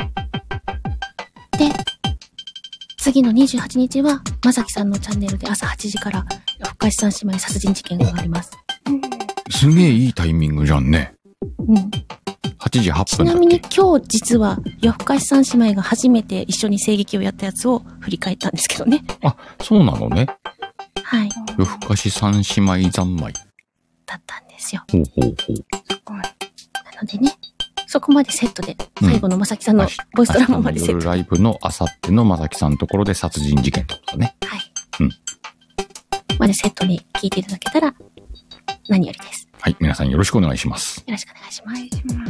Speaker 2: 次の28日は、まさきさんのチャンネルで朝8時から、夜更かし三姉妹殺人事件があります。
Speaker 1: すげえいいタイミングじゃんね。
Speaker 2: うん。
Speaker 1: 8時8
Speaker 2: ち
Speaker 1: 分だ
Speaker 2: な
Speaker 1: っ
Speaker 2: みに
Speaker 1: け
Speaker 2: 今日実は、夜更かし三姉妹が初めて一緒に声劇をやったやつを振り返ったんですけどね。
Speaker 1: あ、そうなのね。
Speaker 2: はい。
Speaker 1: 夜更かし三姉妹三昧。
Speaker 2: だったんですよ。
Speaker 1: ほうほうほう。
Speaker 3: すごい。
Speaker 2: なのでね、そこまでセットで、
Speaker 1: うん
Speaker 2: 最後のまさきさん
Speaker 1: 明
Speaker 2: の
Speaker 1: 日
Speaker 2: ボイスドラマま
Speaker 1: 明
Speaker 2: で
Speaker 1: 日
Speaker 2: セ
Speaker 1: の
Speaker 2: ッ
Speaker 1: 夜
Speaker 2: ト。
Speaker 1: ライブのあさってのまさきさんのところで殺人事件ってことだね。
Speaker 2: はい。
Speaker 1: うん
Speaker 2: までセットに聞いていただけたら、何よりです。
Speaker 1: はい。皆さんよろしくお願いします。
Speaker 2: よろしくお願いし
Speaker 3: お
Speaker 2: ます。
Speaker 3: 願いしま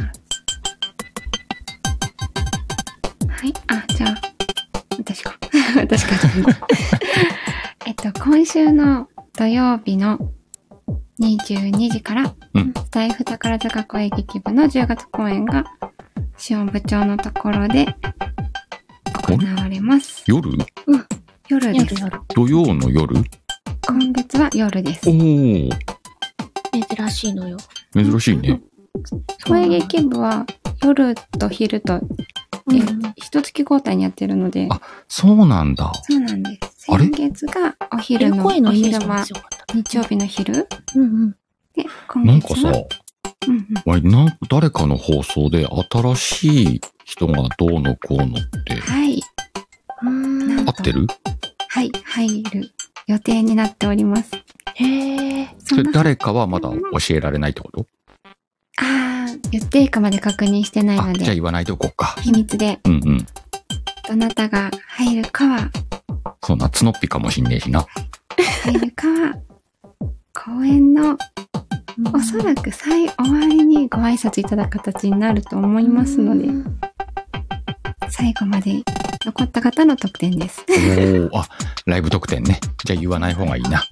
Speaker 3: す。はい、あ、じゃあ、私か。 私か。 えっと、今週の土曜日の22時から、
Speaker 1: うん
Speaker 3: スタイフ宝塚公演劇部の10月公演が、シオン部長のところで行われます。
Speaker 1: 夜
Speaker 3: 夜で
Speaker 2: 夜
Speaker 3: す。
Speaker 2: 夜。
Speaker 1: 土曜の夜
Speaker 3: 今月は夜です
Speaker 1: お。ー、
Speaker 2: 珍しいのよ。
Speaker 1: 珍しいね。
Speaker 3: 公演劇部は夜と昼と、
Speaker 2: う
Speaker 3: え
Speaker 2: ん。
Speaker 3: 一月交代にやってるので、
Speaker 1: あそうなんだ。
Speaker 3: そうなんです。
Speaker 1: あれ
Speaker 3: 先月がお昼
Speaker 2: 昼
Speaker 3: の、お
Speaker 2: 声のイメー
Speaker 3: 昼
Speaker 2: ジも
Speaker 3: 間、
Speaker 2: 強かった。
Speaker 3: 日曜日の昼
Speaker 2: うんうん。
Speaker 3: で、今
Speaker 1: なんか
Speaker 3: 月
Speaker 1: さ
Speaker 3: は、、うんうん、
Speaker 1: わいな誰かの放送で新しい人がどうのこうのって、
Speaker 3: はい、
Speaker 2: うーん。
Speaker 1: 合ってる
Speaker 3: はい、入る予定になっております。
Speaker 2: えへえ。
Speaker 1: そ
Speaker 3: そん
Speaker 1: れ
Speaker 3: な
Speaker 1: 誰かはまだ教えられないってこと
Speaker 3: ああ、言っていいかまで確認してない
Speaker 1: あ
Speaker 3: の
Speaker 1: じゃあ
Speaker 3: で、
Speaker 1: 言わないでおこうか
Speaker 3: 秘密で
Speaker 1: うんうん
Speaker 3: どなたが入るかは、
Speaker 1: そうな角っぴかもしんねえし な
Speaker 3: 入るかは、 公演のおそらく最終わりにご挨拶いただく形になると思いますので、
Speaker 2: うん
Speaker 3: 最後まで残った方の得点です。
Speaker 1: おおあライブ特典ねじゃあ言わない方がいいな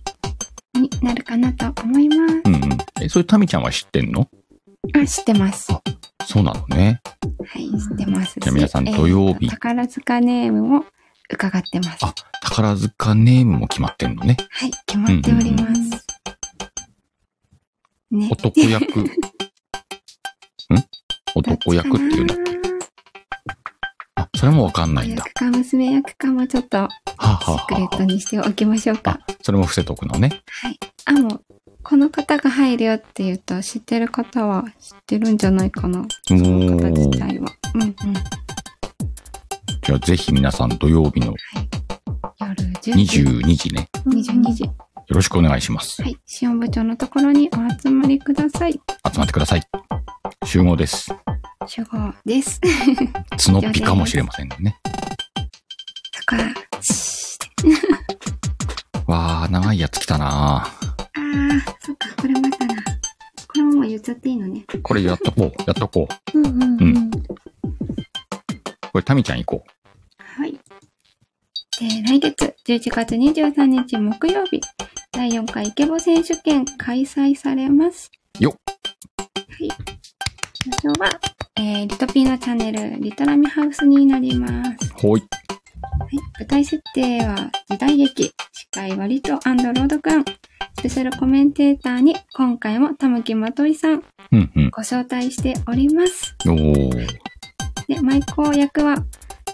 Speaker 3: になるかなと思います。
Speaker 1: うんうんえそれタミちゃんは知ってんの
Speaker 3: あ、知ってます。
Speaker 1: あそうなのね
Speaker 3: はい、知ってますし。
Speaker 1: じゃあ皆さん
Speaker 3: えー
Speaker 1: 土曜日
Speaker 3: 宝塚ネームも伺ってます。
Speaker 1: あ宝塚ネームも決まってんのね
Speaker 3: はい、決まっております。ね。
Speaker 1: 男 役ん男役っていうのあそれもわかんないんだ
Speaker 3: 役か娘役かもちょっと
Speaker 1: はあはあ
Speaker 3: シークレ
Speaker 1: は
Speaker 3: ットにしておきましょう
Speaker 1: あ
Speaker 3: か
Speaker 1: あ。それも伏せとくのね
Speaker 3: はい。あ、もう、この方が入るよって言うと、知ってる方は知ってるんじゃないかな。
Speaker 1: お
Speaker 3: その方自
Speaker 1: ー
Speaker 3: 体は。うんうん。は
Speaker 1: じゃあぜひ皆さん土曜日の
Speaker 3: い。夜10時。
Speaker 1: 22時ね
Speaker 3: 22時。は
Speaker 1: よろしくお願いします
Speaker 3: い。支援部長のところにお集まりください。
Speaker 1: 集まってください集合です
Speaker 3: 集合です。
Speaker 1: 角っぴかもしれませんね
Speaker 3: だから、シー
Speaker 1: わあ長いやつ来たな
Speaker 3: あー、そっか、これまたな。これももう言っちゃっていいのね。
Speaker 1: これやっとこうやっとこう
Speaker 2: うんうんうん。
Speaker 1: これタミちゃん行こう
Speaker 3: はい。で、来月11月23日木曜日、第4回イケボ選手権開催されます。
Speaker 1: よっ
Speaker 3: はい。場所は、えー、リトピーのチャンネル、リトラミハウスになります。
Speaker 1: ほい
Speaker 3: はい。舞台設定は、時代劇、司会はリト朗読案、スペシャルコメンテーターに、今回も玉木まといさん、
Speaker 1: うんうん
Speaker 3: ご招待しております。
Speaker 1: おー
Speaker 3: で、舞妓役は、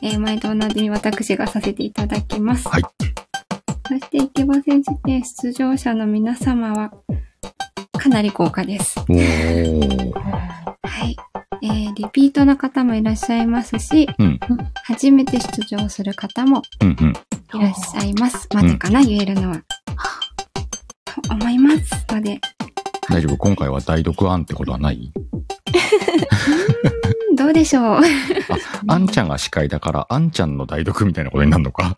Speaker 3: えー毎度おなじみ私がさせていただきます。
Speaker 1: はい。
Speaker 3: そして、イケボ選手権出場者の皆様は、かなり豪華です。
Speaker 1: おー
Speaker 3: はい。えーリピートの方もいらっしゃいますし、
Speaker 1: うん
Speaker 3: 初めて出場する方も
Speaker 1: うんうん
Speaker 3: いらっしゃいます。まだかな、言えるのは。と思いますので、
Speaker 1: 大丈夫今回は代読案ってことはない
Speaker 3: うんどうでしょう。
Speaker 1: あんちゃんが司会だから、あんちゃんの代読みたいなことになるの か。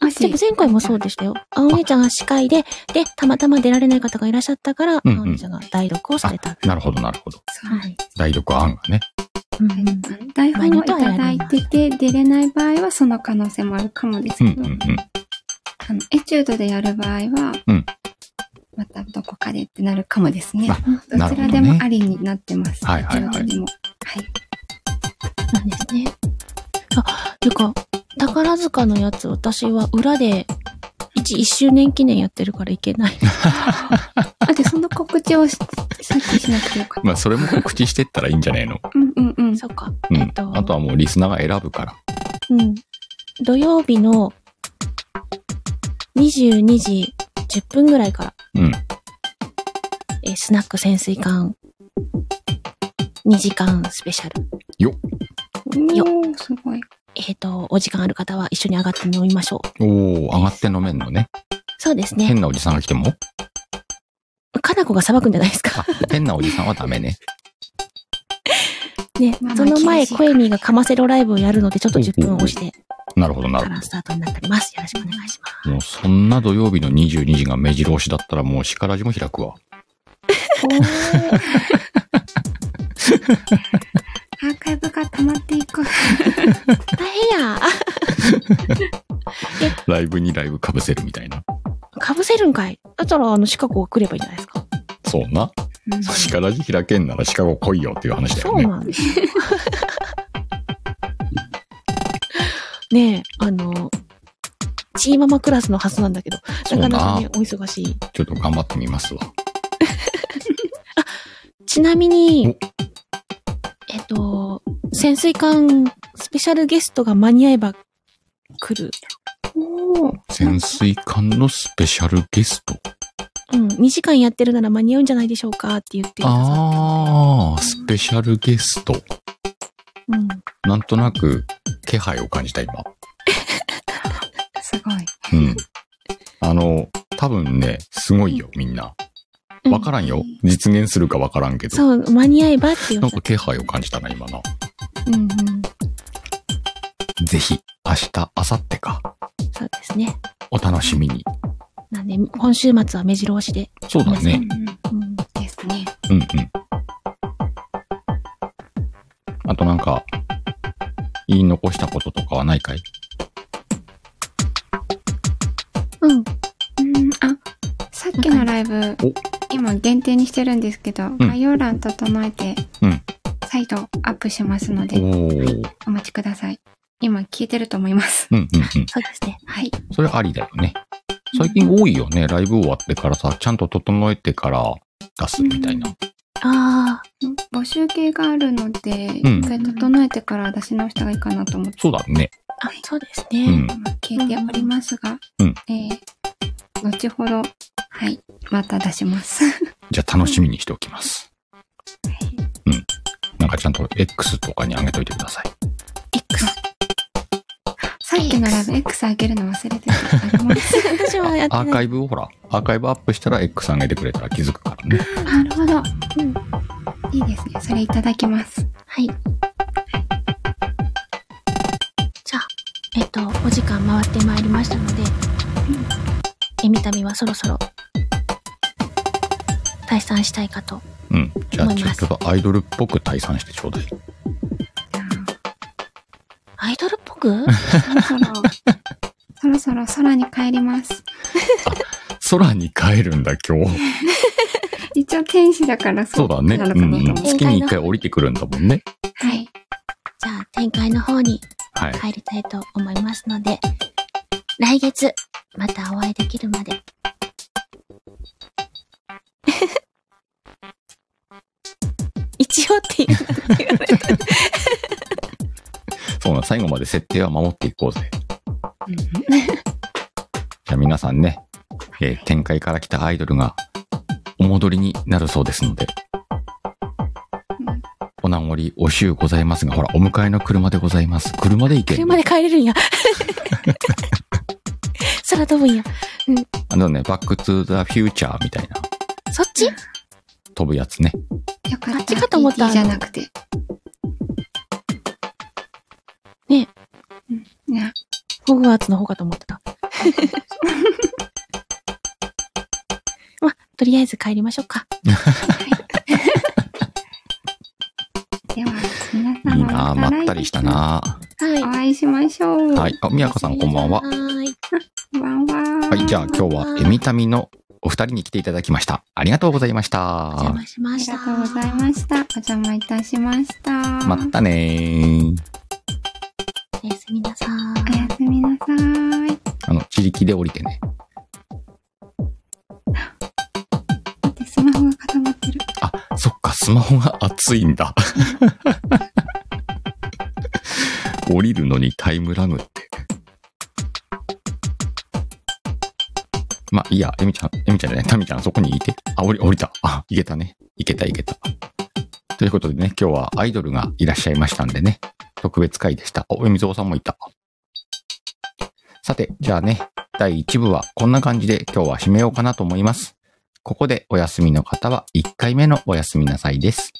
Speaker 2: あ、でも前回もそうでしたよ。あお姉ちゃんが司会で、で、たまたま出られない方がいらっしゃったから、あお
Speaker 1: うん
Speaker 2: 姉ちゃんが代読をされた。
Speaker 1: なるほど、なるほど。
Speaker 3: そうです。
Speaker 1: 代読案がね。
Speaker 2: うん
Speaker 3: はい台本をいただいてて出れない場合はその可能性もあるかもです
Speaker 1: うんう
Speaker 3: けど、
Speaker 1: ん
Speaker 3: あのエチュードでやる場合は、
Speaker 1: うん
Speaker 3: またどこかでってなるかもですね
Speaker 1: あ。うん。
Speaker 3: ど
Speaker 1: な
Speaker 3: ち
Speaker 1: るほ
Speaker 3: ら
Speaker 1: ど
Speaker 3: でも
Speaker 1: ね
Speaker 3: あ。りになってます。
Speaker 1: はいはいはい
Speaker 3: エチュードでも。はい。
Speaker 2: なんですね。あ、ていうか、宝塚のやつ、私は裏で、一、一周年記念やってるからいけ ない。
Speaker 3: あ、で、その告知をし さっきしなくてよかった。
Speaker 1: まあ、それも告知してったらいいんじゃ ねえの。
Speaker 3: うんうんうん。
Speaker 2: そうか。
Speaker 1: う
Speaker 2: えっ
Speaker 1: ん。
Speaker 2: と
Speaker 1: あとはもうリスナーが選ぶから。
Speaker 2: うん。土曜日の22時10分ぐらいから、
Speaker 1: うん。
Speaker 2: えースナック潜水艦2時間スペシャル。よ
Speaker 3: おー、すごい。
Speaker 2: えっ、と、お時間ある方は一緒に上がって飲みましょう。
Speaker 1: おお上がって飲めんのね。
Speaker 2: そうですね。
Speaker 1: 変なおじさんが来ても
Speaker 2: かなこが裁くんじゃないです か
Speaker 1: あ。、変なおじさんはダメね。
Speaker 2: ね
Speaker 3: まあまあ。
Speaker 2: その前、
Speaker 3: 厳しい
Speaker 2: コエミーがかませろライブをやるので、ちょっと10
Speaker 1: うんうん
Speaker 2: 分
Speaker 1: うん
Speaker 2: 押して
Speaker 1: なるほど、な
Speaker 2: か
Speaker 1: るほ
Speaker 2: らスタートになっております。よろしくお願いします。
Speaker 1: ど。もうそんな土曜日の22時が目白押しだったらもう叱らじも開くわ。
Speaker 3: おーアーカイブが溜まっていく。
Speaker 2: 大変や
Speaker 1: ライブにライブ被せるみたいな。
Speaker 2: あかぶせるんかいだったら、あの、シカゴが来ればいいんじゃないですか。
Speaker 1: そうな。
Speaker 3: うん
Speaker 1: 叱らじ開けんならシカゴ来いよっていう話だ
Speaker 2: そ
Speaker 1: よ
Speaker 2: う
Speaker 1: ね。
Speaker 2: なんですよ。ねえ、あの、チーママクラスのはずなんだけど、なかなかね、お忙しい。
Speaker 1: ちょっと頑張ってみますわ。
Speaker 2: ちなみに、えっと、潜水艦スペシャルゲストが間に合えば来る。
Speaker 3: おー
Speaker 1: 潜水艦のスペシャルゲスト。
Speaker 2: うん、2時間やってるなら間に合うんじゃないでしょうかって言ってくださっ
Speaker 1: ああ、スペシャルゲスト。
Speaker 2: た。うん。
Speaker 1: なんとなく気配を感じた今。
Speaker 3: すごい。
Speaker 1: うん。あの、多分ね、すごいよ、みんな。
Speaker 2: うん
Speaker 1: わからんよ。実現するかわからんけど。
Speaker 2: そう、間に合えばっていう
Speaker 1: なんか気配を感じたな、今な。
Speaker 2: うんうん。
Speaker 1: ぜひ、明日、明後日か。
Speaker 2: そうですね。
Speaker 1: お楽しみに。
Speaker 2: なんで、今週末は目白押しで。
Speaker 1: そうだ
Speaker 3: うんう
Speaker 1: ね。
Speaker 3: ん
Speaker 2: うん。
Speaker 3: ですね。
Speaker 1: うんうん。あとなんか、言い残したこととかはないかい
Speaker 2: うん。
Speaker 3: うん、あ、さっきのライブ
Speaker 1: お、
Speaker 3: 今限定にしてるんですけど、概要欄整えて
Speaker 1: うん、
Speaker 3: 再度アップしますの
Speaker 1: お
Speaker 3: で、
Speaker 1: お。うんうんうん。
Speaker 3: お待ちください。今聞いてると思います。
Speaker 1: うん。
Speaker 2: そうですね。
Speaker 3: はい。
Speaker 1: それありだよね。最近多いよね。ライブ終わってからさ、ちゃんと整えてから出すみたいな。
Speaker 2: ああ、
Speaker 3: 募集系があるので、
Speaker 1: うん
Speaker 3: 一回整えてから出し直した方がいいかなと思って、
Speaker 1: そうだね。
Speaker 2: あ、そうです
Speaker 1: う
Speaker 2: ね。
Speaker 1: ん。
Speaker 3: 聞いておりますが、
Speaker 1: うん
Speaker 3: えー後ほど、はい、また出します。
Speaker 1: じゃあ楽しみにしておきます。うん。なんかちゃんと X とかにあげといてください。
Speaker 2: X。
Speaker 3: さっきのライブ X あげるの忘れてた。あげます。
Speaker 2: 私はやって
Speaker 1: アー
Speaker 2: な
Speaker 1: カ
Speaker 2: い。
Speaker 1: イブをほら、アーカイブアップしたら X あげてくれたら気づくからね。
Speaker 3: なるほど。うん。いいですね。それいただきます。
Speaker 2: はい。じゃあ、えっと、お時間回ってまいりましたので、えみたみはそろそろ、退散したいかと。
Speaker 1: うん。じゃあ
Speaker 2: 思い
Speaker 1: ちょ
Speaker 2: ま
Speaker 1: っ
Speaker 2: す
Speaker 1: とアイドルっぽく退散してちょうだい。
Speaker 2: アイドルっぽ く
Speaker 3: そろそろ、 そろそろ空に帰ります。
Speaker 1: 空に帰るんだ今日。
Speaker 3: 一応天使だから
Speaker 1: そうだね。
Speaker 3: な
Speaker 1: う
Speaker 3: のか
Speaker 1: ん
Speaker 3: な
Speaker 1: う
Speaker 3: と
Speaker 1: ん。
Speaker 3: 思う。
Speaker 1: 月に一回降りてくるんだもんね。
Speaker 3: はい。
Speaker 2: じゃあ、展開の方に
Speaker 1: はい。
Speaker 2: 帰りたいと思いますので、来月、またお会いできるまで。 一応っていう感じがね。
Speaker 1: そうな、最後まで設定は守っていこうぜ。じゃあ皆さんね、えー展開から来たアイドルがお戻りになるそうですので
Speaker 3: うん、
Speaker 1: お名残りお週ございますが、ほら、お迎えの車でございます。車で行け。
Speaker 2: 車で帰れるんや。 空飛ぶんや。
Speaker 1: あのね、バックトゥーザフューチャーみたいな
Speaker 2: そっち
Speaker 1: 飛ぶやつね。
Speaker 3: よかった。
Speaker 2: あっちかと思った
Speaker 3: ET じゃなくて。
Speaker 2: ね
Speaker 3: うん。いや、
Speaker 2: ホグワーツの方かと思ってた。 まあ、とりあえず帰りましょうか。
Speaker 3: では、皆様
Speaker 1: いいなあまったりしたなあ
Speaker 2: はい。
Speaker 3: お会いしましょう。
Speaker 1: はい。あ、宮香さんこんばんは。
Speaker 2: い。
Speaker 3: こんばんは。
Speaker 1: はい、じゃあ今日はエミタミのお二人に来ていただきました。ありがとうございまし
Speaker 2: お
Speaker 1: た
Speaker 2: 邪。魔しま
Speaker 3: あり
Speaker 2: した。
Speaker 3: がとうございました。お邪魔いたしました。
Speaker 1: まったねー。
Speaker 2: おやすみなさ
Speaker 3: おやすみなさい。
Speaker 1: あの、自力で降りてね。
Speaker 3: 待って、スマホが固まってる。
Speaker 1: あ、そっか、スマホが熱いんだ。 降りるのにタイムラグって。まあ、いいや、エミちゃん、エミちゃんじゃない、タミちゃん、そこにいて。あ、降り、降りた。あ、いけたね。いけた、いけた。ということでね、今日はアイドルがいらっしゃいましたんでね、特別会でした。お、エミゾウさんもいた。さて、じゃあね、第1部はこんな感じで今日は締めようかなと思います。ここでお休みの方は1回目のお休みなさいです。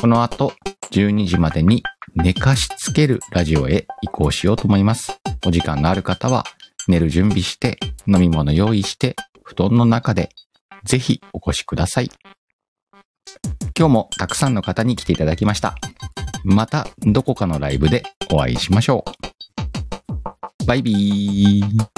Speaker 1: この後、12時までに寝かしつけるラジオへ移行しようと思います。お時間のある方は寝る準備して、飲み物用意して、布団の中でぜひお越しください。今日もたくさんの方に来ていただきました。またどこかのライブでお会いしましょう。バイビー。